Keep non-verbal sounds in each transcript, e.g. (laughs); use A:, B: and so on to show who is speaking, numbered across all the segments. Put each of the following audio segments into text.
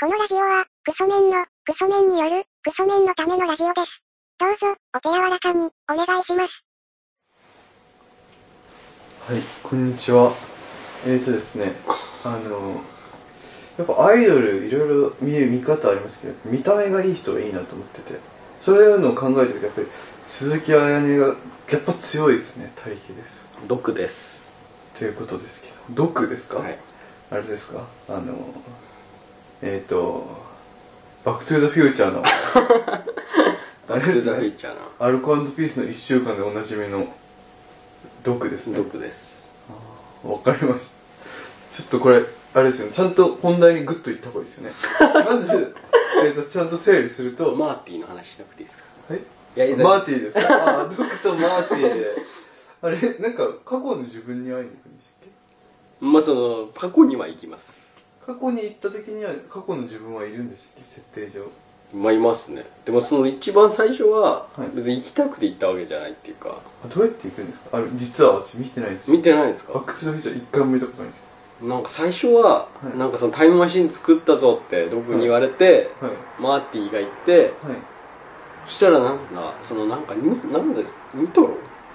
A: このラジオは、クソメンの、クソメンによる、クソメンのためのラジオです。どうぞ、お手柔らかに、お願いします。
B: はい、こんにちは。えーとですね、あの、やっぱアイドルいろいろ見る見方ありますけど、見た目がいい人がいいなと思ってて、そういうのを考えてるとやっぱり鈴木彩音がやっぱ強いですね、他力です。
C: 毒です
B: ということですけど、毒ですか、
C: はい
B: あれですかあの、えーと、バックトゥーザフューチ
C: (laughs)
B: ャーの、あれです
C: フュ
B: ね
C: ー、チャーの
B: アルコピースの1週間でおなじみの毒ですね。
C: 毒です
B: わかりました。ちょっとこれ、あれですよね。ちゃんと本題にグッといった方がいいですよ
C: (laughs)
B: ね。まず、えーとちゃんと整理すると、
C: マーティの話しなくていいですか
B: はい
C: いやいや
B: マーティーですかあー、毒とマーティーで。あれ、なんか、過去の自分に会いに行くんでしたっ
C: まあその過去には行きます
B: け過去に行った時には、過去の自分はいるんでしたっけ設定上。
C: まあいますねでもその一番最初は
B: はい
C: 別に行きたくて行ったわけじゃないっていうか
B: あどうやって行くんですかあれ、実は私見てないんですよ
C: 見。てないです
B: バッ
C: か
B: クトゥザフューチャー一回も見たことないんですよ。
C: なんか最初は
B: はい
C: なんかそのタイムマシン作ったぞって毒に言われて
B: はい。
C: マーティが行って
B: は
C: そしたらなんかそのなんかになんだニトロ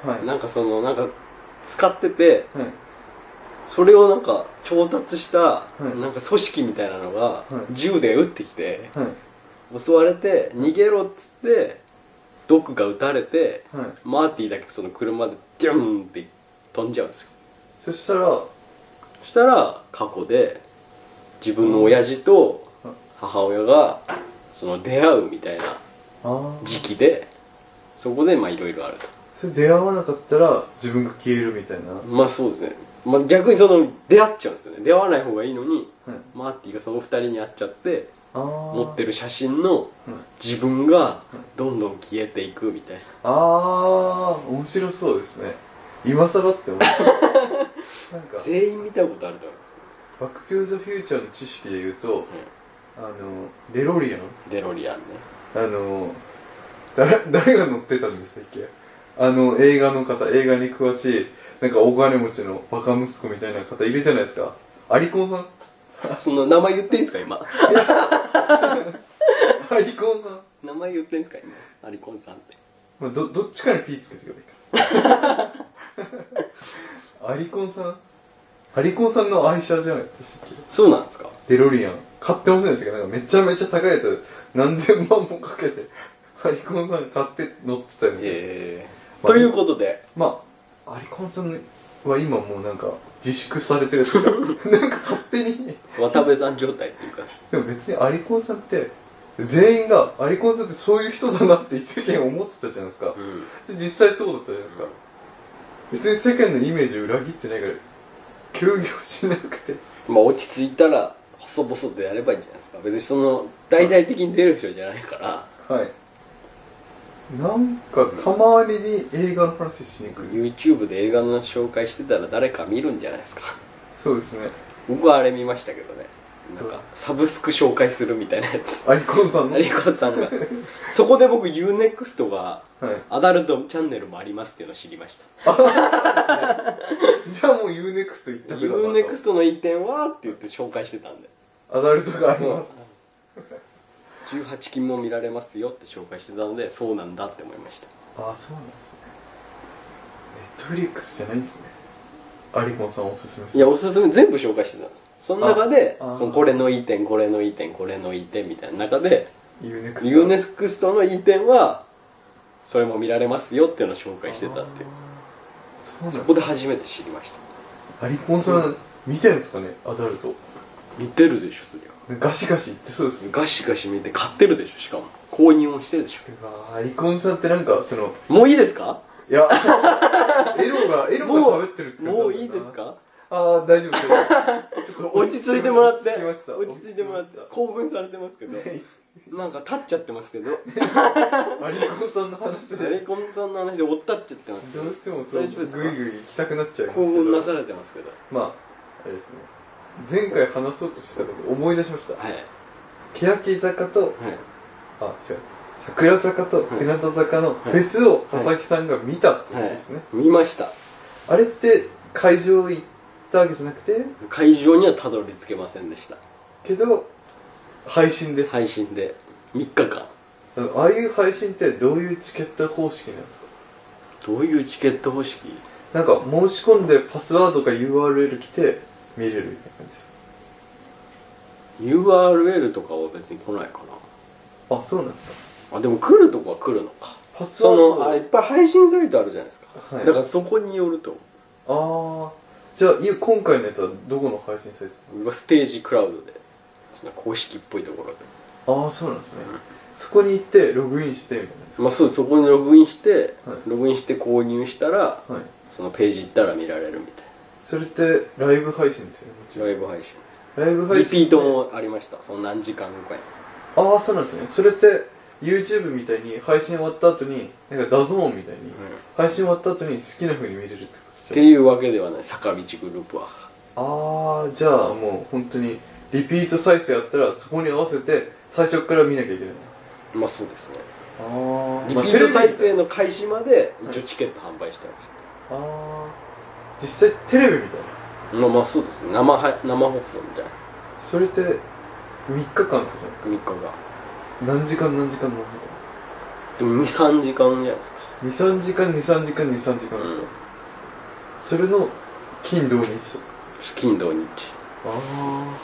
B: い。はい。
C: なんかそのなんか使ってて
B: はい。
C: それをなんか調達した
B: い
C: なんか組織みたいなのが
B: はい
C: 銃で撃ってきて
B: はい。
C: 襲われて逃げろっつって毒が撃たれて
B: はい。
C: マーティだけその車でデューンって飛んじゃうんですよ
B: そしたら、は
C: そしたら過去で自分の親父と
B: い。
C: 母親がその出会うみたいな
B: あー
C: 時期でそこでまあいろいろあると
B: それ出会わなかったら自分が消えるみたいな、は
C: まあそうですね、まあ、逆にその出会っちゃうんですよね出会わない方がいいのに
B: い、
C: マーティがその二人に会っちゃって
B: あ
C: 持
B: 持
C: ってる写真の
B: うん
C: 自分がどんどん消えていくみたいな
B: あー面白そうですね今更って思う
C: (laughs)
B: なんか
C: 全員見たことあると思うんです
B: 「バック・トゥ・ザ・フューチャー」の知識で言うと
C: けど、ね
B: あのデロリアン
C: デロリアンね
B: あの誰誰が乗ってたんでしたっけあの映画の方映画に詳しいなんかお金持ちのバカ息子みたいな方いるじゃないですかアリコンさん (laughs)
C: その名前言っていいんすか今 (laughs)
B: アリコンさん、
C: 名前言っていいんすか今アリコンさんって
B: まあ、どどっちかにピーつけてくればいいから (laughs) アリコンさんアリコンさんの愛車じゃないでしたっけ
C: そうなんですか
B: デロリアン買ってませんでしたっけなんかめちゃめちゃ高いやつ何千万もかけてアリコンさん買って乗ってたよね、
C: ええ
B: まあ
C: ということで
B: まあアリコンさんは今もうなんか自粛されてるというか (laughs) なんか勝手に
C: 渡辺さん状態っていうか
B: でも別にアリコンさんって全員がアリコンさんってそういう人だなって一世間思ってたじゃないですか
C: うん
B: で実際そうだったじゃないですか別に世間のイメージを裏切ってないから休業しなくて
C: まあ落ち着いたら細々とやればいいんじゃないですか別にその大々的に出る人じゃないから
B: はいなんかたまに映画の話しにくい
C: YouTube で映画の紹介してたら誰か見るんじゃないですか
B: そうですね
C: 僕はあれ見ましたけどねなんかサブスク紹介するみたいなやつ
B: アリコンさんの
C: 有川さ (laughs) んがそこで僕 UNEXT が
B: はい
C: アダルトチャンネルもありますっていうのを知りました
B: じゃあもう UNEXT 行ったけど
C: UNEXT の一点はって言って紹介してたんで
B: アダルトがあります
C: そう18禁も見られますよって紹介してたのでそうなんだって思いました
B: ああそうなんですねネットフリックスじゃないんですねアリコンさんおすすめす
C: いやおすすめ全部紹介してたんですその中で
B: ああー
C: そのこれのいい点これのいい点これのいい点みたいな中で
B: UNEXT
C: ユーネクストのいい点はそれも見られますよっていうのを紹介してたっていう
B: そうなん
C: そこ
B: で
C: です
B: ね
C: 初めて知りました
B: アリコンさん見てるんですかねアダルト
C: 見てるでしょそりゃ
B: ガシガシ言ってそうですけど
C: ガシガシ見て買ってるでしょしかも購入もしてるでしょ
B: うわーアリコンさんってなんかその
C: もういいですか
B: い
C: (laughs)
B: やエロがエロが喋ってるって感じなんだな
C: もういいですか
B: ああ大丈夫ですちょっと
C: 落ち着いてもらって
B: 落ち着きました
C: 落ち着いてもらって
B: 落ち着き
C: 興奮されてますけどなんか立っちゃってますけど
B: ましたアリコンさんの話
C: ゼレ
B: で
C: コンさんの話で追ったっちゃってますけど
B: どうしてもそう
C: 大丈
B: グ
C: 夫ですか
B: イグイ行きたくなっちゃいますけ
C: 興奮な
B: ど
C: されてますけど
B: まああれですね前回話そうとしたこと思い出しました
C: はいはい
B: 欅坂とあ違う桜坂と日向坂のフェスを佐々木さんが見たっていうんですね
C: 見ました
B: あれって会場行ったわけじゃなくて
C: 会場にはたどり着けませんでした
B: けど配信で
C: 配信で3日間
B: あのああいう配信ってどういうチケット方式なんですか
C: どういうチケット方式
B: なんか申し込んでパスワードか URL 来て見れるみたいな感じ
C: URL とかは別に来ないか
B: あそうなんですか
C: なあでも来るとこは来るのか
B: パスワ
C: そ
B: ード
C: のあれいっぱい配信サイトあるじゃないですか、
B: はい
C: だからそこによると
B: ああじゃあい今回のやつはどこの配信サイト
C: ステージクラウドでそんな公式っぽいところで
B: ああそうなんですね、そこに行ってログインしてみたいなやつ
C: まあそうそこにログインして、
B: はい
C: ログインして購入したら
B: はい
C: そのページ行ったら見られるみたい
B: それってライブ配信ですよねもち
C: な
B: ろん
C: ライブ配信です
B: ライブ配
C: リ
B: 信
C: ピートもありましたその何時間後かに
B: ああそうなんですねそれって YouTube みたいに配信終わった後になんかダゾーンみたいに、
C: ん
B: 配信終わった後に好きな風に見れるってこと
C: っ
B: じ
C: て
B: ゃん
C: いうわけではない坂道グループは
B: ああじゃあもう本当にリピート再生やったらそこに合わせて最初から見なきゃいけない
C: まあそうですね
B: あー
C: リピ
B: まあ
C: ート再
B: テレビ
C: 生
B: みたい
C: の開始まで一応チケット販売してました、
B: ああ実際テレビみたいな
C: まあまあそうですね生は生放送みたいな
B: それって3日間ってじゃないですか
C: 3日が
B: 何時間何時間何時
C: でも23時間じゃないですか
B: 間ですか23時間23時間23時間ですか、
C: うん
B: それの金土日と
C: 金土日
B: ああ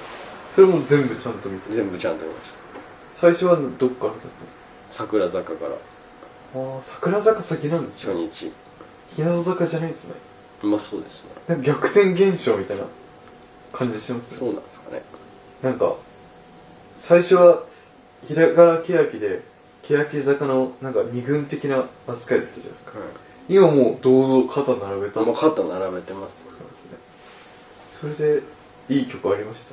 B: それも全部ちゃんと見て
C: 全部ちゃんと見ました
B: 最初はどっからだったんです
C: 桜坂から
B: かああ桜坂先なんです
C: 初
B: よ
C: 日
B: 日向坂じゃないんですね
C: まあそうですね
B: なんか逆転現象みたいな感じします
C: そ
B: ね
C: うなんですかね
B: なんか最初はひらがな欅で欅坂のなんか二軍的な扱いだったじゃないですか今もう堂々肩並べた
C: もう肩並べてます
B: ですねそれでいい曲ありまし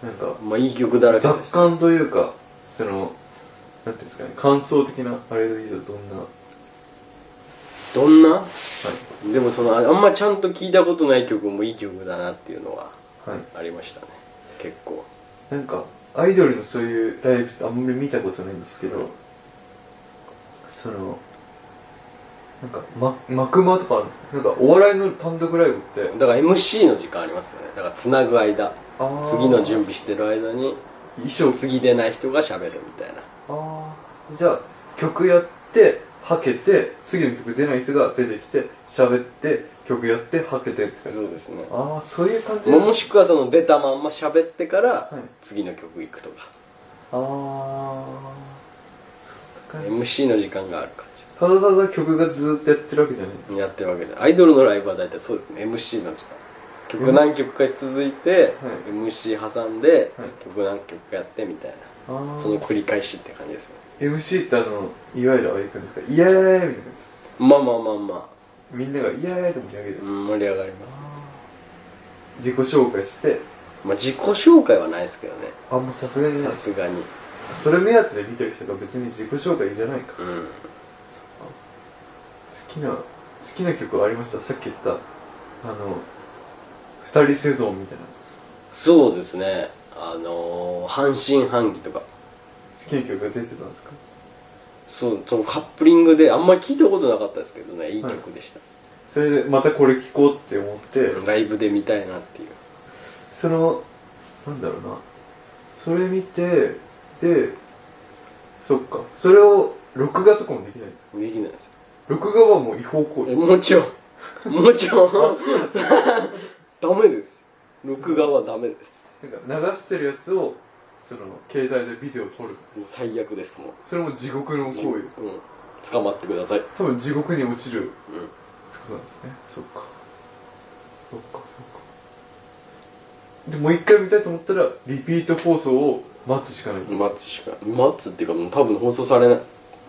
B: たなんか
C: まあいい曲だらけで
B: 雑
C: した
B: 感というかそのなんていうんですかね感想的なあれでいいとどんなはい
C: どんなでもそのああんまちゃんと聞いたことない曲もいい曲だなっていうのは
B: はい
C: ありましたね結構
B: なんかアイドルのそういうライブってあんまり見たことないんですけどそのなんか、ま、幕間とかあるんですかなんかお笑いの単独ライブって
C: だから MC の時間ありますよねだからつなぐ間
B: あー
C: 次の準備してる間に
B: 衣装
C: 次出ない人が喋るみたいな
B: ああじゃあ曲やってはけて次の曲出ない人が出てきて喋って曲やってはけてって感じ
C: そうですね
B: ああそういう感じ
C: ももしくはその出たまんま喋ってから
B: はい
C: 次の曲行くとか、
B: ああそういう感じ
C: MC の時間がある感じ
B: ただただ曲がずーっとやってるわけじゃない
C: ですやってるわけでアイドルのライブは大体そうですね MC の時間曲
B: MC
C: 何曲か続いて、
B: はい
C: MC 挟んで、
B: はい
C: 曲何曲かやってみたい
B: あ
C: な
B: ー
C: その繰り返しって感じですね
B: MC ってあのいわゆるああいう感じですかイエーイみたいな感じです
C: まあまあまあま
B: みんながイエーイって盛り上げ
C: あ
B: る、
C: うん盛り上がります、
B: 自己紹介して
C: まあ、自己紹介はないですけどね
B: あもうさすがにね
C: さすがに
B: それ目当てで見てる人が別に自己紹介いらないか
C: うん
B: 好きな好きな曲ありましたさっき言ってたあの二人セゾンみたいな
C: そうですねあのー、半信半疑とか
B: 好きな曲が出てたんですか
C: そうそのカップリングであんまり聞いたことなかったですけどねいい曲でした、
B: それでまたこれ聴こうって思って、
C: ライブで見たいなっていう
B: そのなんだろうなそれ見てでそっかそれを録画とかもできない
C: できないです
B: 録画はもう違法行
C: え
B: 為
C: もちろんもちろ
B: (laughs)
C: ん
B: あそうなんですね
C: ダメです録画はダメです
B: なんか流してるやつをその携帯でビデオ撮る
C: もう最悪ですもう
B: それも地獄の行為
C: うん捕まってください、うん、
B: 多分地獄に落ちるってことなんですねそっかそっかそっかでもう一回見たいと思ったらリピート放送を待つしかない、
C: 待つしか待つっていうかもう多分放送されない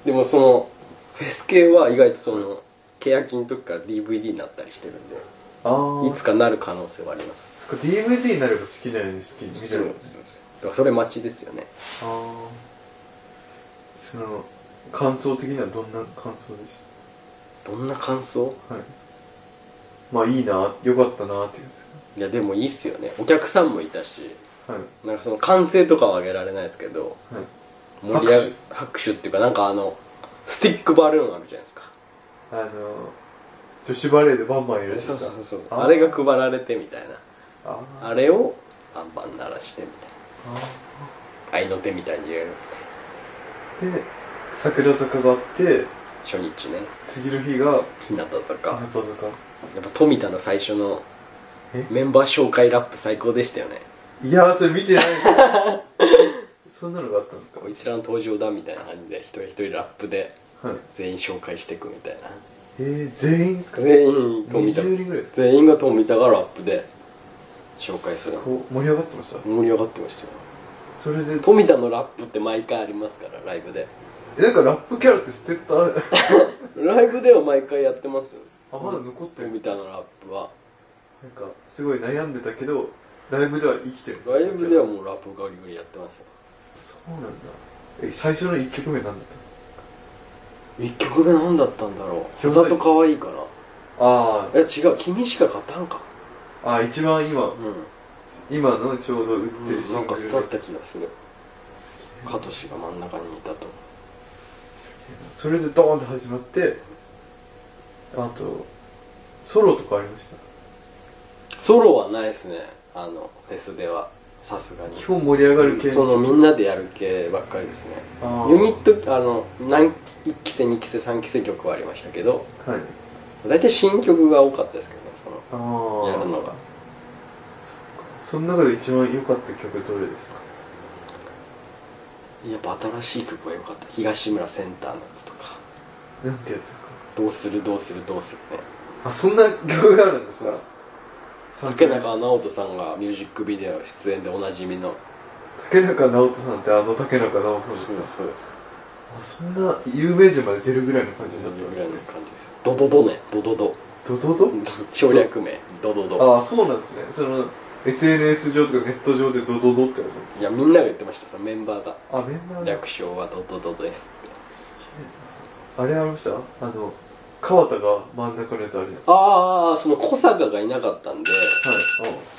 C: でもそのフェス系は意外とその欅の時から DVD になったりしてるんで
B: あ
C: いつかなる可能性はあります
B: そっか DVD になれば好きなように好きに見れるもんね
C: だからそれ待ちですよね
B: ああその感想的にはどんな感想でし
C: どんな感想
B: たはいまあいいな良かったなっていうや
C: いやでもいいっすよねお客さんもいたし
B: つはい
C: なんかその歓声とかは上げられないですけど
B: はい
C: 盛り上が拍手っていうかなんかあのスティックバルーンあるじゃないですか
B: あの女子バレーでバンバンやるやつ
C: そう
B: です
C: そ
B: か
C: うそう
B: あー
C: あれが配られてみたいな
B: あー
C: あれをバンバン鳴らしてみたい
B: あー
C: な合いの手みたいに入れる
B: で桜坂があって
C: 初日ね
B: 次の日が
C: 日向坂
B: 松坂
C: やっぱ富田の最初の
B: え
C: メンバー紹介ラップ最高でしたよね
B: いやーそれ見
C: (laughs)
B: てないですそんなのがあったの
C: こいつらの登場だみたいな感じで一人一人ラップで
B: かはい
C: 全員紹介していくみたいな
B: えー、全員ですか
C: 全員富田
B: 20人ぐらいですか
C: 全員が富田がラップで紹介する
B: こう盛り上がってました
C: 盛り上がってましたよ
B: それで
C: 富田のラップって毎回ありますからライブで
B: えなんかラップキャラってステッター
C: ライブでは毎回やってますよ
B: あまだ残ってるんで
C: 富
B: すか
C: 田のラップは
B: なんかすごい悩んでたけどライブでは生きてるんです
C: ライブではもうラップガリガリやってますよ
B: そうなんだえ最初の1曲目なんだったんですか
C: 1曲目何だったんだろう「ざと可愛いかな
B: あ
C: え違う君しか勝たんか
B: ーあー一番今
C: うん
B: 今のちょうど売って
C: う
B: る
C: ん、な
B: シ
C: ん
B: ン
C: か
B: グ
C: 伝
B: ル
C: わ
B: の
C: っ
B: やつ
C: た気がする
B: すげえ
C: カトシが真ん中にいたと
B: それでドーンと始まってあとソロとかありました
C: ソロはないですねあのフェスではさすがに
B: 基本盛り上がる系
C: そのみんなでやる系ばっかりですね
B: あー
C: ユニットあの何1期生2期生3期生曲はありましたけど
B: はい
C: 大体新曲が多かったですけどね
B: あ
C: そのやる
B: あ
C: のが
B: その中で一番良かった曲どれですか
C: やっぱ新しい曲が良かった東村センターのやつとか
B: なんてやつですか
C: 「どうするどうするどうするね」
B: あそんな曲があるんですか
C: 竹中直人さんがミュージックビデオ出演でおなじみの
B: 竹中直人さんってあの竹中直人さんですか
C: そうです
B: あそんな有名人まで出るぐらいの感じ
C: そ
B: だ
C: の
B: ったんで
C: ぐ
B: す
C: らい
B: ね
C: の感じですよドドドねドドド
B: ドドド
C: 省略名ドドド
B: ああそうなんですねその SNS 上とかネット上でドドドってことなんです
C: いやみんなが言ってましたそのメンバーが
B: かあメンバーだ
C: 略称はドドドですって
B: あれありましたあの川田が真ん中のやつあるじゃないですか
C: ああその小坂がいなかったんで
B: はい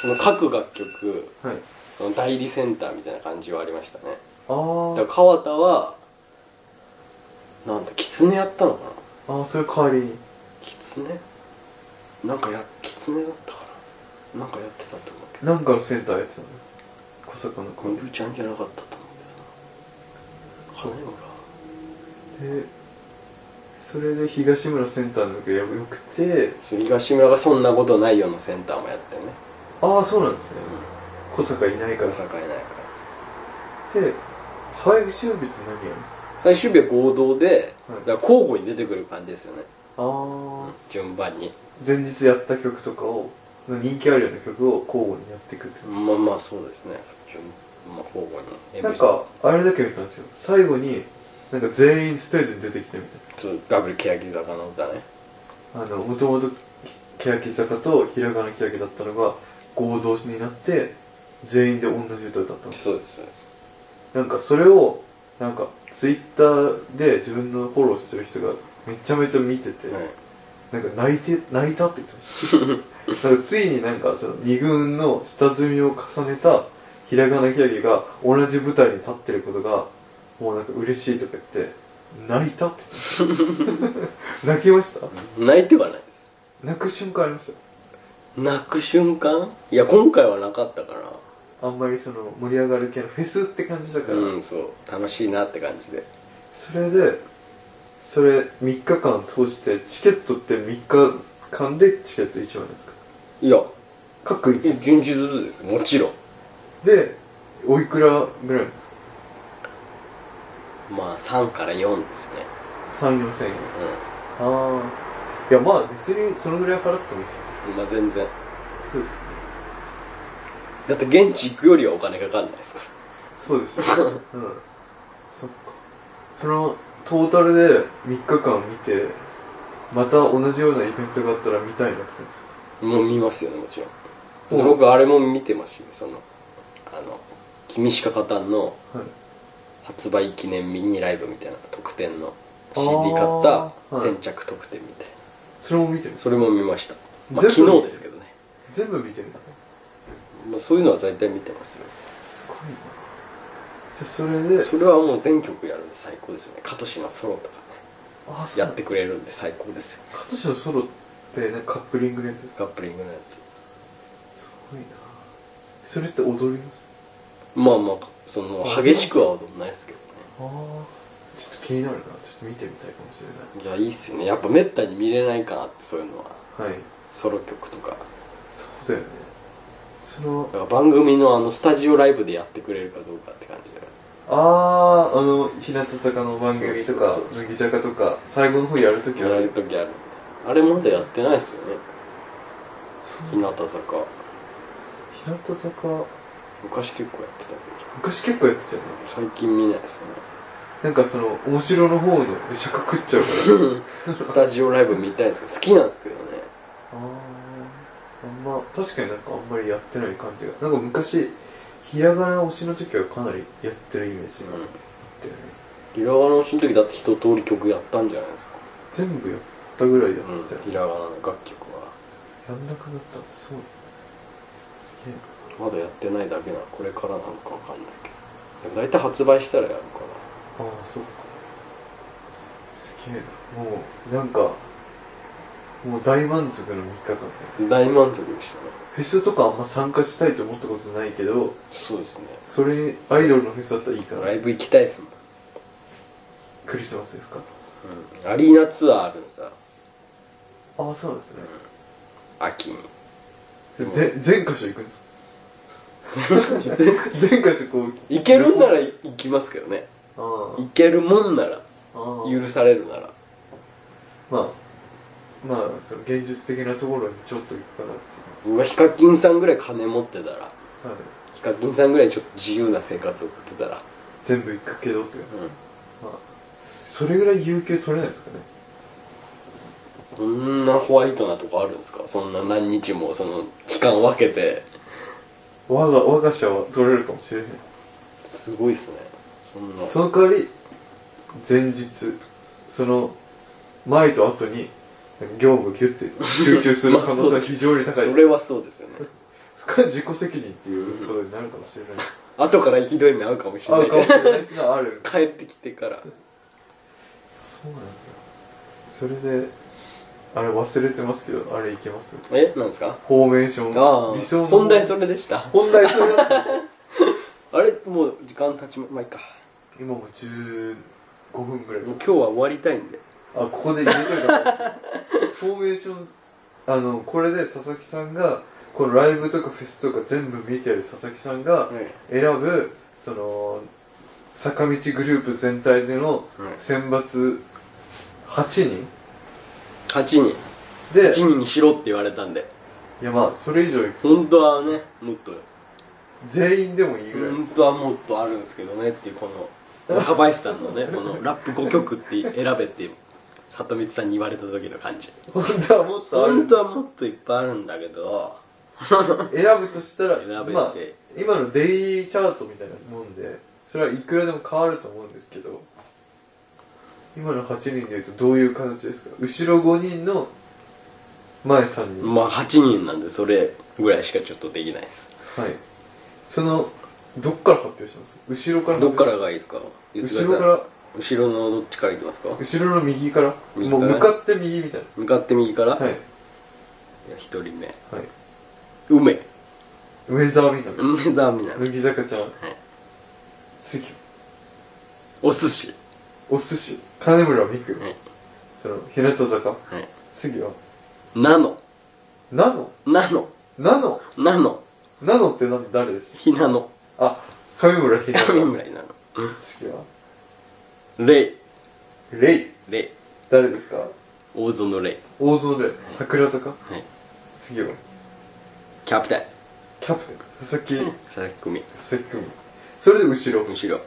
C: その各楽曲
B: あはい
C: その代理センターみたいな感じはありましたね
B: あ
C: だから
B: ー
C: 川田はなんだ狐やったのかな
B: あーそれ代わりに
C: 狐なんかや狐だったかななんかやってたと思うけど
B: なんかのセンターやってたの小坂の
C: これ
B: 声
C: ブーちゃんじゃなかったと思うんだよな金村
B: でそれで東村センターの時がよくて
C: そう東村がそんなことないよのセンターもやってね
B: ああそうなんですね小坂いないか
C: 大
B: らさ
C: 阪いないから
B: で最終日って何やるんですか
C: 最終日は合同で、
B: はい
C: だから交互に出てくる感じですよね
B: ああ
C: 順番に
B: 前日やった曲とかを人気あるような曲を交互にやっていくってこ
C: まあまあそうですね順まあ交互に
B: となんかあれだけ見たんですよ最後になんか全員ステージに出てきてみたい
C: そうダブル欅坂の歌ね
B: なあのもともと欅坂とひらがな欅だったのが合同になって全員で同じ歌を歌ったんです
C: そうですそうです
B: なんかそれをなんかツイッターで自分のフォローしてる人がめちゃめちゃ見てて、
C: はい
B: なんか泣いて泣いたって言ってましたなんかついになんかその二軍の下積みを重ねたひらがなひらぎが同じ舞台に立ってることがもうなんか嬉しいとか言って泣いたって言ってました泣きました
C: 泣いてはないです
B: 泣く瞬間ありましたよ
C: 泣く瞬間いや今回はなかったか
B: あんまりその盛り上がる系のフェスって感じだからら、
C: うんそう楽しいなって感じで
B: それでそれ3日間通してチケットって3日間でチケット1枚ですか
C: いや
B: 各1枚
C: 順次ずつですもちろん
B: でおいくらぐらいなんですか
C: まあ3から4ですね
B: 3 4千円ああいやまあ別にそのぐらい払ってもいいですよ
C: うんまあ全然
B: そうですよ
C: だって現地行くよりはお金かかんないですか
B: そうですようんそっかそのトータルで3日間見てまた同じようなイベントがあったら見たいなって感じです
C: らもう見ますよねもちろん
B: うん
C: 僕あれも見てますしねそのあの「君しか勝たん」の
B: はい
C: 発売記念ミニライブみたいな特典の
B: あ
C: CD
B: ー
C: 買った
B: はい
C: 先着特典みたいな
B: それも見てるんですか
C: それも見ました、ま
B: 全
C: あ、
B: 部
C: 昨日ですけどね、
B: 全部見てるんですか
C: まあ、そういうのは大体見てますよ
B: すごいなじゃあそれで
C: それはもう全曲やるんで最高ですよねカトシのソロとかね
B: あそう
C: やってくれるんで最高ですよね
B: カトシのソロってなんかカップリングのやつですか
C: カップリングのやつ
B: すごいなそれって踊ります
C: まあまあその激しくは踊んないですけど
B: あーちょっと気になるなちょっと見てみたいかもしれ
C: ねいやいいっすよねやっぱめったに見れないかなってそういうのは
B: ないはい
C: ソロ曲とか
B: そうだよねその
C: だから番組のあのスタジオライブでやってくれるかどうかって感じだか
B: あああの日向坂の番組とか
C: そうそうそう
B: 乃木坂とか最後の方やるとき
C: ら
B: は
C: やる時あるあれまだやってないですよね日
B: そう
C: 向坂
B: 日向坂
C: 昔結構やってたけど
B: 昔結構やってたよね
C: 最近見ないですね
B: なんかその面白の方ので尺食っちゃうから
C: スタジオライブ見たいんですけど好きなんですけどね
B: あーあんま確かになんかあんまりやってない感じがなんか昔ひらがな推しの時はかなりやってるイメージがあったよね、
C: ひらがなのしの時だって一通り曲やったんじゃないですか
B: 全部やったぐらいやってたよ、
C: ひらがなの楽曲は
B: やんなくなったそうすげえ
C: まだやってないだけなのこれからなのかわかんないけどでも大体発売したらやるか
B: ああそっかすげえなもうなんかもう大満足の3日間だよ
C: な大満足でしたね
B: フェスとかあんま参加したいと思ったことないけど
C: そうですね
B: それにアイドルのフェスだったらいいか
C: ラ
B: ら
C: イブ行きたいっすもん、
B: クリスマスですか
C: アリーナツアーあるんですよ
B: ああそうなんですね
C: 秋に
B: ぜ全箇所行くん (laughs) ですか全箇所こう
C: 行けるんなら行きますけどね
B: あ
C: 行けるもんなら
B: あああ
C: 許されるなら
B: まあまあその現実的なところにちょっと行くかなっていう
C: 僕はヒカキンさんぐらい金持ってたら
B: はい
C: ヒカキンさんぐらいちょっと自由な生活を送ってたら
B: 全部行くけどって感じ、
C: うん
B: まあそれぐらい有給取れないですかね
C: こんなホワイトなとこあるんですかそんな何日もその期間分けて
B: 我が我が社は取れるかもしれない
C: すごいっすねそんな
B: その代わり前日その前と後に業務をギュッて集中する可能性が非常に高い
C: それはそうですよね
B: そこから自己責任っていうことになるかも (laughs) しれない
C: 後からひどい目合うかもしれ
B: 合
C: な
B: うかも
C: い
B: しれないっていうのはある
C: 帰ってきてから
B: そうなんだそれであれ忘れてますけどあれいけます
C: えなんですか
B: フォーメーショ
C: ああ
B: ン理想の
C: 本題それでした
B: 本題それなんですよ
C: あれもう時間経ちままあいいか
B: (laughs) 今もう15分ぐらい
C: もう今日は終わりたいんで
B: あここで入れといた方がいいですフォーメーションあのこれで佐々木さんがこのライブとかフェスとか全部見てる佐々木さんが
C: はい
B: 選ぶその坂道グループ全体での
C: はい
B: 選抜8人
C: 8人
B: で
C: 8人にしろって言われたんで
B: いやまあそれ以上いく
C: 本当はねもっと
B: 全員でもいいぐらい、
C: 本当はもっとあるんですけどねっていうこの若林さんのねこのラップ5曲って選べって里光さんに言われた時の感じ
B: 本当はもっとあ
C: 本
B: る
C: 当はもっといっぱいあるんだけど
B: 選ぶとしたら
C: 選べて
B: まあ、今のデイリーチャートみたいなもんでそれはいくらでも変わると思うんですけど今の8人でいうとどういう形ですか後ろ5人の前3人、
C: まあ8人なんでそれぐらいしかちょっとできないです
B: はいそのどっから発表します後ろから
C: どっからがいいですか言ってください
B: 後ろから
C: 後ろのどっちからいきますか
B: 後ろの右から
C: 右か
B: も
C: ら
B: う向かって右みたい
C: 向かって右か
B: な
C: ら、
B: はい
C: いや一人目
B: はい
C: 梅
B: ウェザーミナル
C: 梅沢みな
B: 乃木坂ちゃん、次
C: お寿司
B: お寿司金村美久、
C: はい
B: その日向坂
C: はい
B: 次は
C: ナノ
B: ナノ
C: ナノ
B: ナノ
C: ナノ
B: ナノってなん誰です
C: ひなの
B: あ、上村ひな
C: 上村ひな
B: 次は
C: のレイ
B: レイ
C: レイ
B: 誰ですか
C: 大園レイ
B: 大園レイ桜坂
C: はい
B: 次は
C: キャプテン
B: キャプテン佐々木
C: 佐々木久美
B: 佐々木久美それで後ろ
C: 後ろ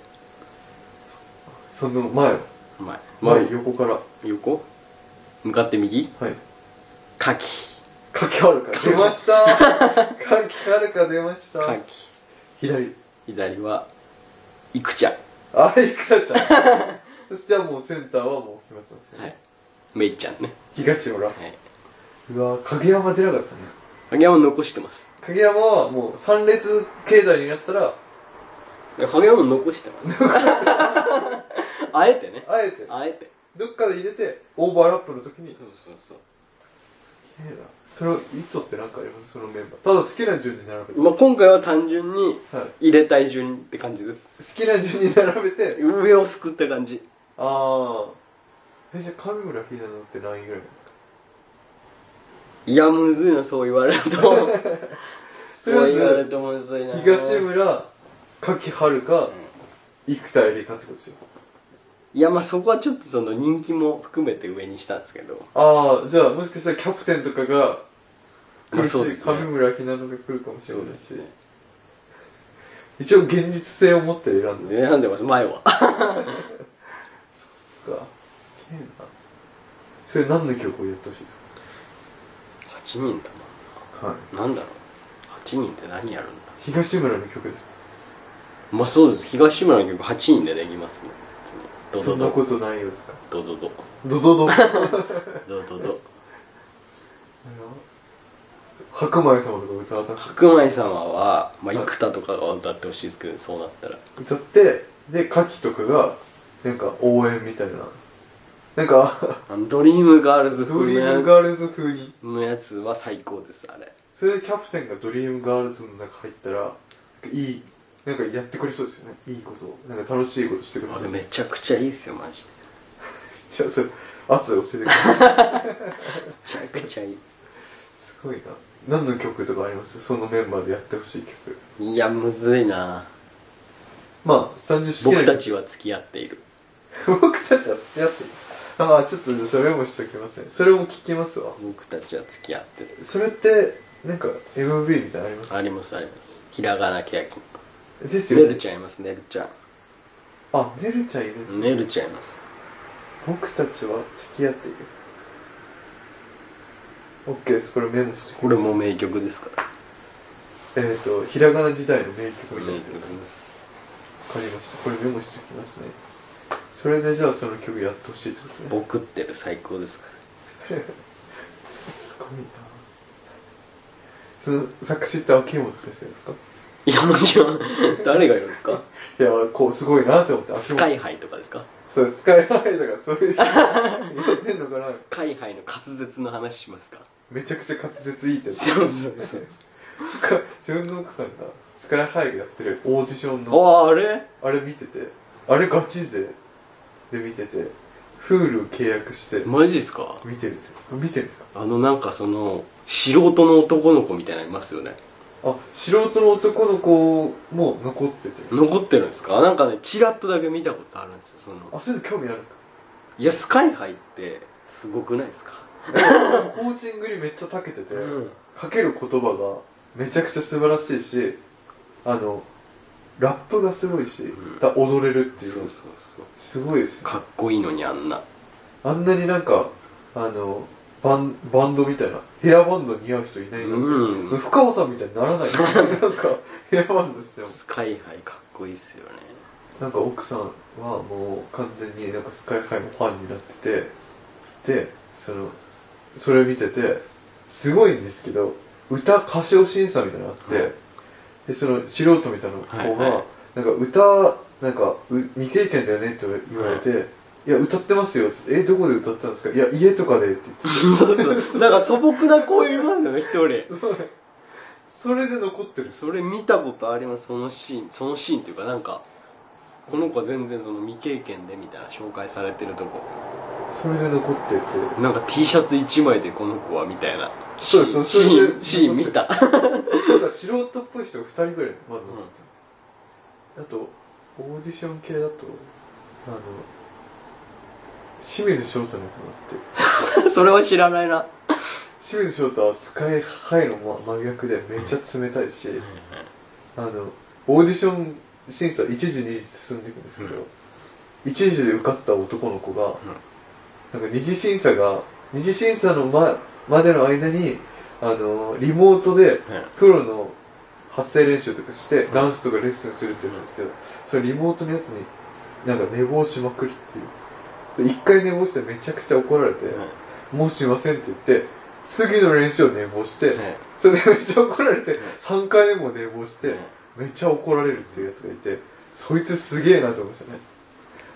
B: その前は
C: 前
B: 前横からは
C: 横向かって右
B: い
C: カキ
B: 柿遥か出ま (laughs) したー柿遥か出ました
C: カキ
B: 左
C: 左はイクちゃん
B: あれ草ちゃんそしてはもうセ (laughs) ンターはもう決まってますよね、
C: はいメイちゃんね
B: 東村
C: はいう
B: わー影山出なかったね
C: 影山残してます
B: 影山はもう3列形態になったら
C: 影山残してます (laughs) あえてね
B: あえて
C: あえて
B: どっかで入れてオーバーラップの時に
C: そうそうそう
B: げえなそれを意図ってなんかありますそのメンバーただ好きな順に並べて、
C: まあ、今回は単純に
B: はい、好
C: 入れたい順って感じです
B: きな順に並べて
C: 上をすくった感じ
B: ああえじゃあ上村ひなのって何位ぐらいですか
C: いやむずいなそう言われると
B: と
C: (laughs) そ
B: りあ
C: う
B: え
C: 言われる
B: ず
C: とむずいな
B: 東村柿春か生田絵梨花ってことですよ
C: いやまあそこはちょっとその人気も含めて上にしたんですけど
B: ああじゃあもしかしたらキャプテンとかが来
C: まあ
B: るし、
C: そうですね
B: 上村ひなのが来るかもしれないし、一応現実性を持って選んで
C: 選んでます前は
B: そっかすげえなそれ何の曲をやってほしいです
C: 8人だ
B: かはい
C: もんなんだろう8人って何やるんだ
B: 東村の曲です
C: まあそうです東村の曲8人でできますね別に
B: そ
C: ド
B: んな
C: ドド
B: ことないようですか
C: ドドド
B: ドドド
C: ドドド
B: 白米様とか歌わなく
C: 白米様は、まあ、生田とかが歌ってほしいですけどそうなったら
B: て歌ってでカキとかがなんか応援みたいななんか
C: あのドリームガール
B: ド
C: ズ風
B: リーム
C: のや
B: ガールズ風に
C: のやつは最高ですあれ
B: それでキャプテンがドリームガールズの中入ったらいいなんかやってくれそうですよねいいことをなんか楽しいことしてくれ
C: あ
B: そう
C: れ
B: です
C: めちゃくちゃいいですよマジで
B: じゃあそれ圧教えてください
C: めちゃくちゃいい
B: すごいな何の曲とかありますそのメンバーでやってほしい曲
C: いやむずいな
B: まあ単純に好きな
C: 僕
B: 曲
C: たちは付き合っている
B: (laughs) 僕たちは付き合ってるああちょっとじゃあそれもしときますねそれも聞きますわ
C: 僕たちは付き合ってる
B: それってなんか MV みたいなのあります
C: ありますありますひらがなけやき
B: です
C: ね
B: よ
C: る
B: ね
C: ちゃんいますねるちゃ
B: あねるちゃんいるんです
C: ん
B: ね
C: ねるちゃんいます
B: 僕たちは付き合っている OK ですこれメモしてき
C: こ
B: ま
C: れ
B: す
C: も名曲ですから
B: えっ、とひらがな時代の名曲みたいな
C: 名
B: やつ
C: 曲
B: わ
C: です
B: かりましたこれメモしてきますねそれでじゃあその曲やってほしいってことですね
C: 僕ってる最高ですから
B: すごいなその作詞って秋元先生ですか
C: いやもちろん誰がいるんですか
B: いやこうすごいなって思って秋
C: ス
B: 元
C: カイハイとかですか
B: そうスカイハイだからそういう人言ってんのかな
C: スカイハイの滑舌の話しますか
B: めちゃくちゃ滑舌いいってやつ
C: そうそうそう
B: か自分の奥さんがスカイハイがやってるオーディションの
C: あああれ
B: あれ見ててあれガチ勢で見てて Hulu を契約して
C: マジっすか
B: 見てるんですよ見てるんですか
C: あのなんかその素人の男の子みたいなのいますよね
B: あ素人の男の子も残ってて
C: 残ってるんですかなんかねチラッとだけ見たことあるんですよそ
B: あ
C: の
B: そういうの興味あるん
C: (laughs)
B: ですか
C: いやスカイハイってすごくないですか
B: コーチングにめっちゃ長けてて、
C: うん
B: かける言葉がめちゃくちゃ素晴らしいしあのラップがすごいし、
C: ん
B: だ踊れるっていう
C: そうそうそう
B: すごいですね
C: かっこいいのにあんな
B: あんなになんかあのバンバンドみたいなヘアバンド似合う人いないな、
C: うん
B: 深尾さんみたいにならない (laughs) なんかヘアバンドしても
C: スカイハイかっこいいっすよね (laughs)
B: なんか奥さんはもう完全になんかスカイハイのファンになっててでそのそれ見ててすごいんですけど歌歌唱審査みたいなのがあって、
C: はい
B: でその素人みたいな子が、
C: はいは
B: なんか歌なんかう未経験だよねって言われて、い、や歌ってますよってえどこで歌ってたんですかいや家とかでって言って
C: そうそうなんか素朴な子いますよね一人
B: (laughs) それで残ってるんです
C: それ見たことありますそのシーンそのシーンっていうかなんかこの子は全然その未経験でみたいな紹介されてるとこ
B: それで残ってて
C: なんか T シャツ1枚でこの子はみたいな
B: そうです
C: シ
B: それ
C: ーン
B: で
C: シーン見た
B: なんか素人っぽい人が2人ぐらいまだ残ってる、あとオーディション系だとあの清水翔太のやつもあって
C: それは知らないな
B: 清水翔太はスカイハイの真真逆でめっちゃ冷たいし、あのオーディション審査1時2時で進んでいくんですけど、1時で受かった男の子が、なんか二次審査が二次審査のままでの間にあのリモートでプロの発声練習とかして、ダンスとかレッスンするってやつなんですけど、それリモートのやつになんか寝坊しまくるっていうで一回寝坊してめちゃくちゃ怒られて、もうしませんって言って次の練習を寝坊して、それでめっちゃ怒られて、3回目も
C: (laughs)
B: 寝坊して、めっちゃ怒られるっていうやつがいてそいつすげえなと思いましたね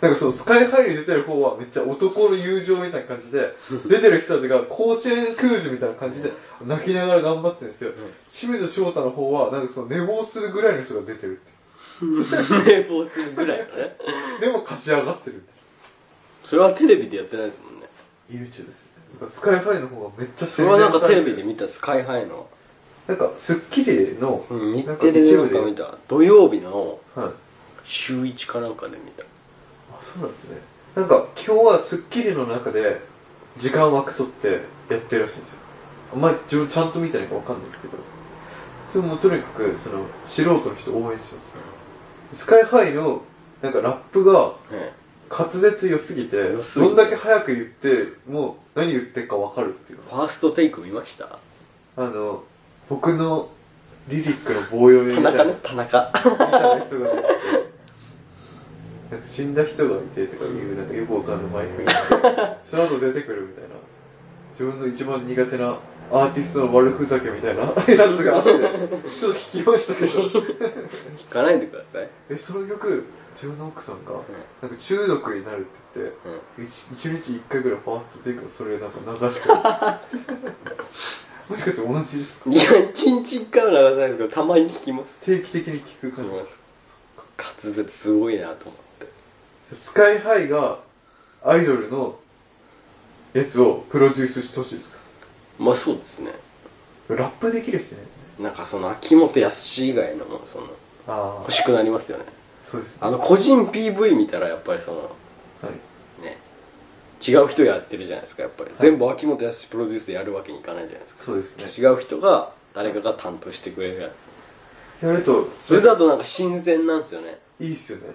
B: なんかそう、スカイハイに出てる方はめっちゃ男の友情みたいな感じで、出てる人たちが甲子園空樹みたいな感じで泣きながら頑張ってるんですけど、清水翔太の方はなんかその寝坊するぐらいの人が出てるってい
C: 寝坊するぐらいのね
B: う。でも勝ち上がってるみたいな。
C: それはテレビでやってないですもんね
B: YouTube ですね。スカイハイの方がめっちゃ
C: それはなんかテレビで
B: 見
C: 見たスカイハイの、
B: なんか、スッキリの、
C: うん、日
B: なんか
C: テレで
B: 一
C: な
B: 部
C: ん
B: で
C: か見た土曜日の
B: はい。
C: 週1かなんかで見た
B: あそうなんですねなんか今日は『スッキリ』の中で時間枠取ってやってるらしいんですよあんまり自分ちゃんと見てないかわかんないですけどでももうとにかくその素人の人応援してます、スカイハイのなんかラップが
C: ね
B: 滑舌良すぎて
C: 良すぎ
B: ど
C: て
B: んだけ早く言ってもう何言ってるかわかるっていう
C: ファーストテイク見ました
B: あの僕のリリックの棒読みみ
C: 田
B: たいな
C: 中ね田中
B: みたいな人が出てきてなんか死んだ人がいてとかいうなんかよくわかんないマイクがその後出てくるみたいな自分の一番苦手なアーティストの悪ふざけみた
C: (laughs)
B: いなやつがあってちょっと聞きましたけど
C: 聞かないでください、
B: えその曲自分の奥さんがなんか中毒になるって言って
C: うん
B: 一一日一回ぐらいファーストテイクのそれなんか流してる
C: (laughs)
B: もしかして同じですか
C: いや、一日一回は流さないですけど、たまに聞きます。
B: 定期的に聞く感じですか
C: 滑舌すごいなと思って。
B: スカイハイがアイドルのやつをプロデュースしてほしいですか
C: まあそうですね。
B: ラップできる人いないですね
C: なんかその、秋元康以外のも、その、
B: あ
C: 欲しくなりますよね。
B: そうですね
C: あの、個人 PV 見たら、やっぱりその、
B: はい
C: ね、違う人やってるじゃないですか、やっぱり。全部秋元康プロデュースでやるわけにいかないじゃないです
B: そうですね
C: か。違う人が、誰かが担当してくれるやつ。
B: やると
C: それだとなんか新鮮なんですよね。
B: いいっすよね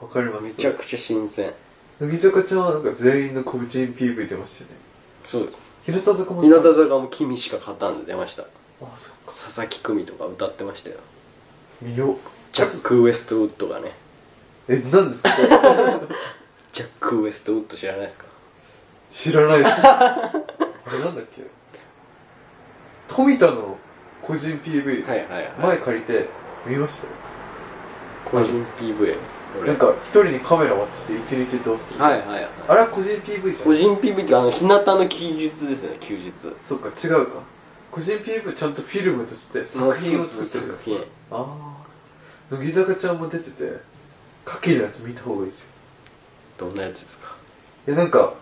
B: わかります
C: めちゃくちゃ新鮮。
B: 乃木坂ちゃんはなんか全員の個人 PV 出ましたよね
C: そうです。
B: 日向坂も
C: 日向坂も君しか勝たんで出ました。
B: あそっか
C: 佐々木久美とか歌ってましたよ。
B: 見よう
C: ジャック・ウエストウッドがね
B: え何ですかそれ
C: ジャック・ウエストウッド知らないですか
B: 知ら
C: (laughs)
B: ないですあれなんだっけ富田の個人 PV、
C: はいはいはい
B: 前借りて見ましたよ
C: 個人 PV 俺
B: なんか一人にカメラ渡して一日どうする、
C: はいはいはい
B: あれは個人 PV じゃ
C: 個
B: ん
C: 人 PV ってあの日向の休日ですよね休日
B: そうか違うか個人 PV ちゃんとフィルムとして作品を作ってる
C: 作品
B: ああ乃木坂ちゃんも出ててかけるやつ見た方がいいですよ
C: どんなやつですか
B: いやなんか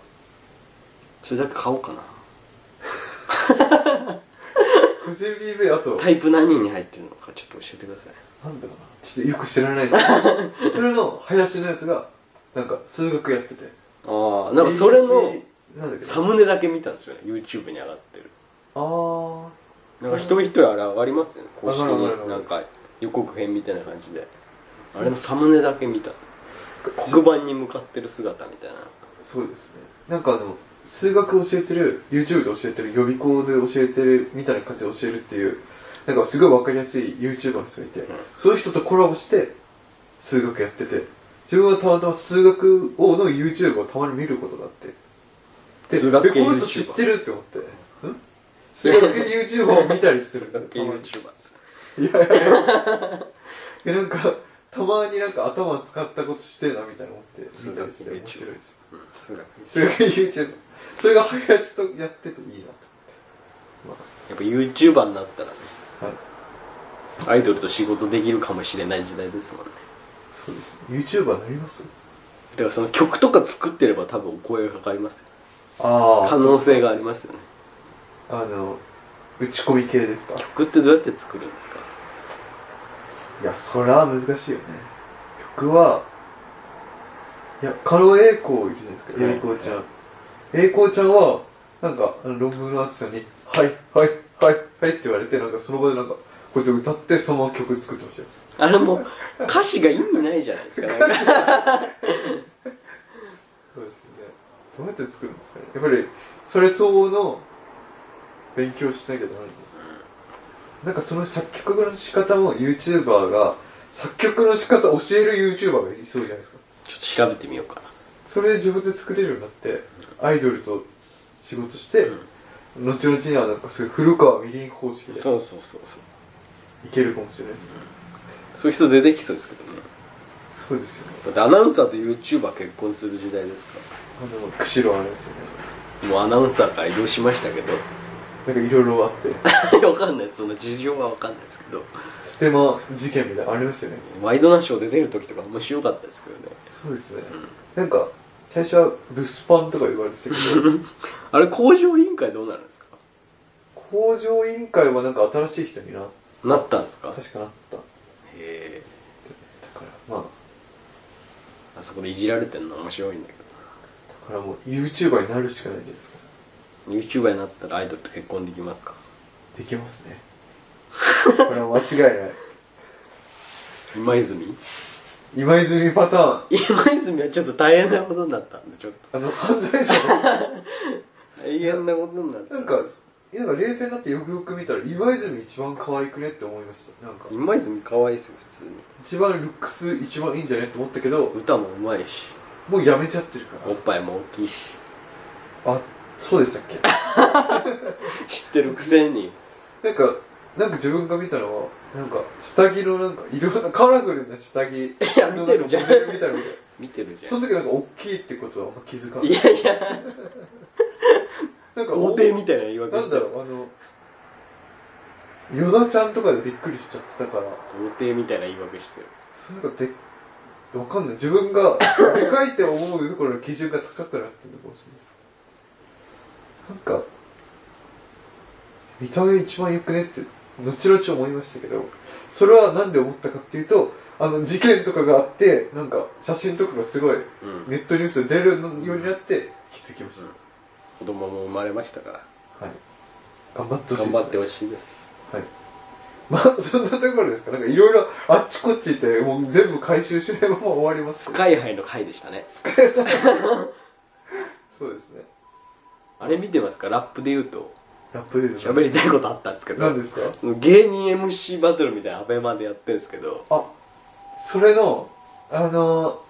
C: それだけ買おうかな
B: 個人 PV あと
C: タイプ何人に入ってるのかちょっと教えてください
B: なんだかなちょっとよく知らないです
C: (laughs)
B: けどそれの林のやつがなんか数学やってて
C: ああなんかそれの
B: ABC なんだっけ
C: サムネだけ見たんですよね YouTube に上がってる
B: あー
C: なんか一人一人あれ上がりますよね公式
B: 上がる上が
C: に
B: る
C: なんか予告編みたいな感じであれのサムネだけ見た黒板に向かってる姿みたいな
B: そうですねなんかあの数学教えてる YouTube で教えてる予備校で教えてるみたいな感じで教えるっていうなんかすごい分かりやすい YouTuber の人がいて、そういう人とコラボして数学やってて自分はたまたま数学王の YouTube をたまに見ることがあってで
C: 数学系
B: えこの人
C: YouTuber
B: 知ってるって思ってん数学系 YouTuber を見たりしてるんですよたまに
C: YouTuber です
B: いやいやいやなんかたまになんか頭を使ったことしてえなみたいな思って見たりして
C: 数学系 YouTuber
B: 面白いですよ
C: うん数学
B: それが YouTube それが林とやってていいな
C: やっぱ YouTuber になったらね
B: とはい
C: アイドルと仕事できるかもしれない時代ですもんね
B: そうですね YouTuber になります
C: だからその曲とか作ってれば多分お声がかかりますよ
B: あ
C: 可能性がありますよね
B: ああの打ち込み系ですか
C: 曲ってどうやって作るんですか
B: いやそれは難しいよね曲はいや狩野英孝いるじゃないですか
C: はい
B: 英孝ちゃん英孝ちゃんはなんかあの論文の淳さんに「はいはいはいはい」って言われてなんかその場でなんかこうやって歌ってそのまま曲作ってましたよ
C: あれもう歌詞が意味ないじゃないですかなんか
B: そうですね。どうやって作るんですかね。やっぱり、それ相応の勉強しなきゃダメなんですか、なんかその作曲の仕方も YouTuber が、作曲の仕方教える YouTuber がいそうじゃないですか。
C: ちょっと調べてみようかな
B: それで自分で作れるようになって、アイドルと仕事して、後々にはなんかそういう古川みりん方式で
C: そうそうそうそう
B: いけるかもしれないですね。
C: そういう人出てきそうですけどね
B: そうですよね
C: だってアナウンサーと YouTuber 結婚する時代ですか
B: あの釧路あれですよね
C: らもうアナウンサーから移動しましたけど
B: なんかいろいろあって
C: (laughs) わかんないその事情はわかんないですけど
B: ステマ事件みたいなのありましたよね
C: ワイドナショーで出る時とか面白かったですけどね
B: そうですねなんか最初はブスパンとか言われてたけど
C: あれ工場委員会どうなるんですか
B: 工場委員会はなんか新しい人にな
C: なったんですかへ
B: 確かなっただか
C: え
B: らまあ
C: あそこでいじられてるの面白いんだけ
B: だからもう YouTuber になるしかないじゃないですか
C: どな YouTuber になったらアイドルと結婚できますか
B: できますねこれは間違いない
C: 今泉 (laughs)
B: 今泉パターン
C: 今泉はちょっと大変なことになったんでちょっと
B: あの犯罪者の
C: 大変なことになった
B: なんかなんか冷静になってよくよく見たら今泉一番可愛くねって思いましたなんか
C: 今泉可愛いですよ普通に
B: 一番ルックス一番いいんじゃねって思ったけど
C: 歌もうまいし
B: もうやめちゃってるか
C: おっぱいも大きいし (laughs)
B: らあそうでしたっけ
C: 知ってるくせに
B: なんか、なんか自分が見たのは、なんか、下着のなんか、いろんなカラフルな下着
C: (laughs) いや見てるじゃん
B: のなんかモデルみたいなので
C: 見てるじゃ
B: そ
C: ん
B: の時なんか大きいってことはあんま気づかない
C: い。やいや
B: (laughs) なんか、
C: 童貞みたいな言い訳
B: な
C: し
B: ん
C: て
B: だ
C: る
B: ろう、あの、ヨダちゃんとかでびっくりしちゃってたから、
C: 童貞みたいな言い訳してる
B: そのなんかで、わかんない。自分が、でかいって思うところの基準が高くなってるのかもしれない。なんか、見た目一番良くねって、後々思いましたけど、それはなんで思ったかっていうと、あの、事件とかがあって、なんか、写真とかがすごい、
C: うん
B: ネットニュースで出るようになって、気づきました。
C: 子供も生まれましたから
B: はい。頑張ってほしいです、
C: 頑
B: ね。
C: 張ってほしいです
B: はい。まあ、そんなところですか。なんかいろいろあっちこっち行って、もう全部回収しないまま終わります
C: ス。カイハイの回でしたね
B: そうですね。
C: あれ見てますかラップで言うと
B: ラップで
C: 喋りたいことあったんですけ
B: 何
C: ど
B: ですか
C: その芸人 MC バトルみたいなアベマでやってるんですけど
B: あ、それの、あの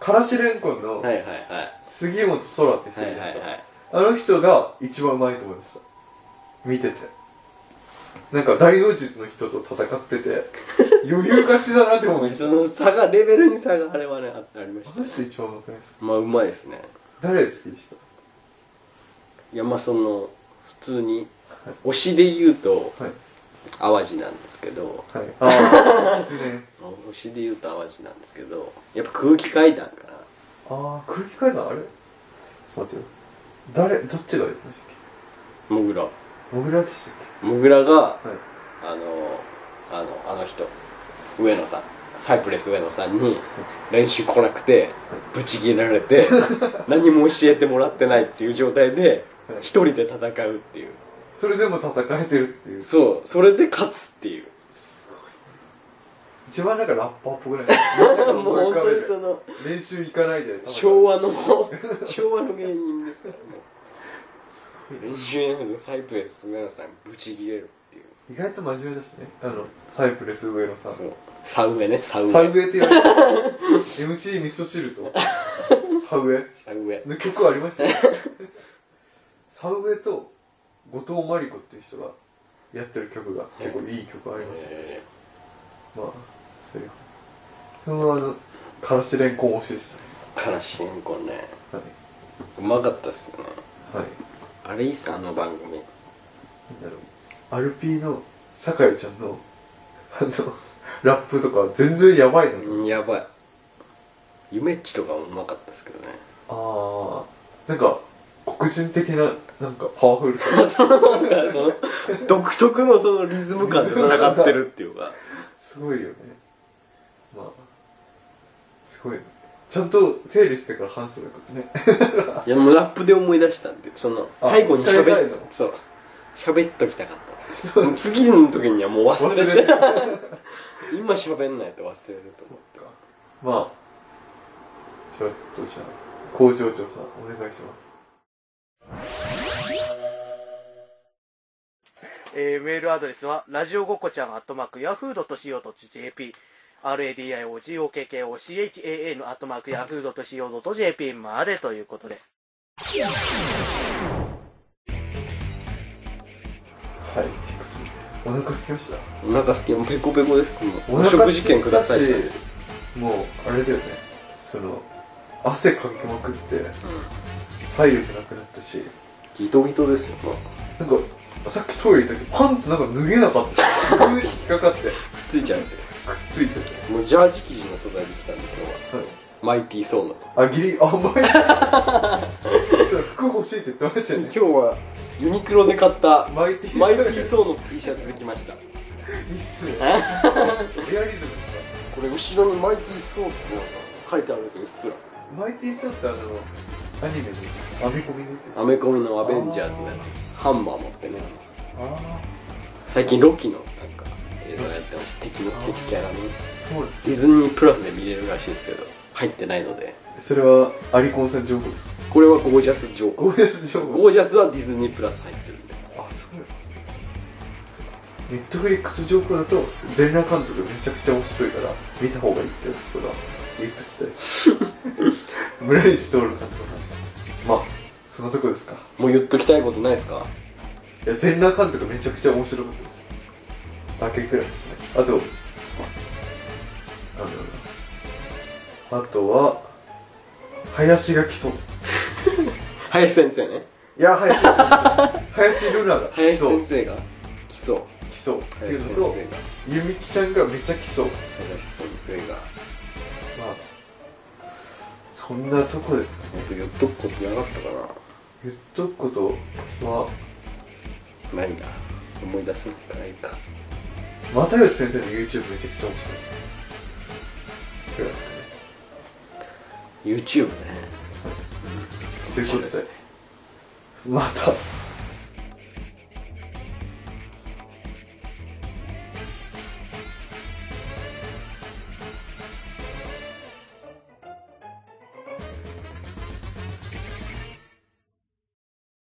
B: ー、からしれんこんの
C: はいはいはい
B: 杉本空って人
C: はいい
B: るじゃ
C: は
B: ないで
C: い
B: すか。
C: はい
B: あの人が一番うまいと思いました。見てて。なんか大王子の人と戦って
C: (laughs)
B: て、余裕勝ちだなって思いました。
C: その差がレベルに差があれはねあありまし
B: あ
C: た
B: の
C: ね
B: 人一番うまくないですか
C: まあうまいですね
B: 誰好きでした
C: いやまあその普通に推しで言うと
B: はい。
C: 淡路なんですけど
B: はい。あ (laughs) あ、きつね。
C: 推しで言うと淡路なんですけどやっぱ空気階段かな
B: ああ、空気階段あれちょっと待ってよ。誰、どっちがやりましたっ
C: モグラ
B: けモグラでしたっ
C: モグラが
B: けはい。
C: あのあのあの人上野さんサイプレス上野さんに練習来なくてブチ切れられ
B: (laughs)
C: て何も教えてもらってないっていう状態で
B: はい
C: 一人で戦うっていう
B: それでも戦えてるっていう。
C: そうそれで勝つっていう
B: すごい。一番なんかラッパーっぽくない
C: もう本当にその
B: 練習行かないで。
C: 昭
B: 和。
C: 和の (laughs) 昭和の芸人ですからも
B: すごいう
C: 練習やめてサイプレス上野さんにブチ切れるっていう
B: 意外と真面目だしね。あの、サイプレス上野さん。
C: そうサウエねサウエ
B: サウエって言われてる MC ミスト汁と、サウエ
C: サウエ
B: の曲ありましたよ。サウエと後藤真理子っていう人がやってる曲が結構いい曲ありましたよ確か
C: え
B: まあ、そういう。そのあの、からしれんこん推しでし
C: ーからしれんこんね
B: たね。
C: うまかったっすよね
B: はい。はい。
C: あれいいっすあの番組
B: なんだろう。アルピーの酒井ちゃんの、あの、ラップとか全然やばいのに。
C: うんやばいゆめっちとかもうまかったですけどね
B: あー、なんか、黒人的な、なんかパワフル (laughs) さ。
C: そのなんかその独特のそのリズム感で戦ってるっていうか
B: すごいよね。まあ、すごい、ね。ちゃんと整理してから話せばよかった (laughs) ね。
C: (laughs) いやもうラップで思い出したんでその
B: あ
C: 最後に
B: 伝えたい
C: 喋っ
B: の
C: そう喋っときたかった
B: そう
C: もう次の時にはもう
B: 忘
C: 忘れて
B: れてた。
C: 今喋んないと忘れると思って
B: まあ、ちょっとじゃあ、工場長さん、お願いします。
D: えーメールアドレスは、ラジオごこちゃん、アットマーク、ヤフー .co.jp、radiogokochaa のアットマーク、ヤフー .co.jp までということで。
B: はい、チェックする。お腹空きました。
C: お腹すきもペコペコですも
B: お
C: うお
B: 腹
C: 食
B: 空
C: 事券ください
B: いたしもうあれだよねその汗かきまくって体力なくなったし
C: ギトギトですよ
B: なんかさっきトイレ行ったけどパンツなんか脱げなかったし空気引っかかってくっ
C: ついちゃう
B: ついてて
C: もうジャージ生地の素材で来たんで今日は
B: はい
C: マイティーソーナと
B: あギリあ甘い服欲しいって (laughs) 言ってましたよ
C: 今
B: ね
C: 日はユニクロで買った
B: マイティー
C: マイティーソーの T シャツできました
B: いいっすねリアリズムですか
C: これ後ろにマイティーソーって書いてあるんですようっすら
B: マイティーソーってあのアニメのやつアメコミのやつです
C: アメコミのアベンジャーズのやつですハンマー持ってね
B: あ
C: 最近ロキのなんか映像やってました敵の敵キャラの
B: あそうです
C: ディズニープラスで見れるらしいですけど入ってないので
B: それはアリコンさん情報ですか
C: これはゴージャス情報
B: ゴージャス情報
C: ゴージャスはディズニープラス入ってるんで
B: あそうなんですねネットフリックス情報だと全裸監督めちゃくちゃ面白いから見た方がいいですよそこは言っときたいです村西徹監督の話まあそんなとこですか
C: もう言っときたいことないですか
B: いや全裸監督めちゃくちゃ面白かったですだけくらいですねあとあのあとは林が来そう
C: 林先生ね
B: いや林林ルナが来
C: 林
B: そう
C: 先生が来そう
B: 来そうってい
C: 林
B: う
C: 先
B: の
C: 生
B: と
C: が
B: ゆみきちゃんがめっちゃ来そうま
C: 林先生が
B: あそんなとこですかね
C: 本当言っとくことなかったかな
B: 言っとくことは
C: ないんだ思い出すからいいか
B: 又吉先生の YouTube めちゃくちゃ面白いくらいですかね
C: YouTube ね
B: ということでまた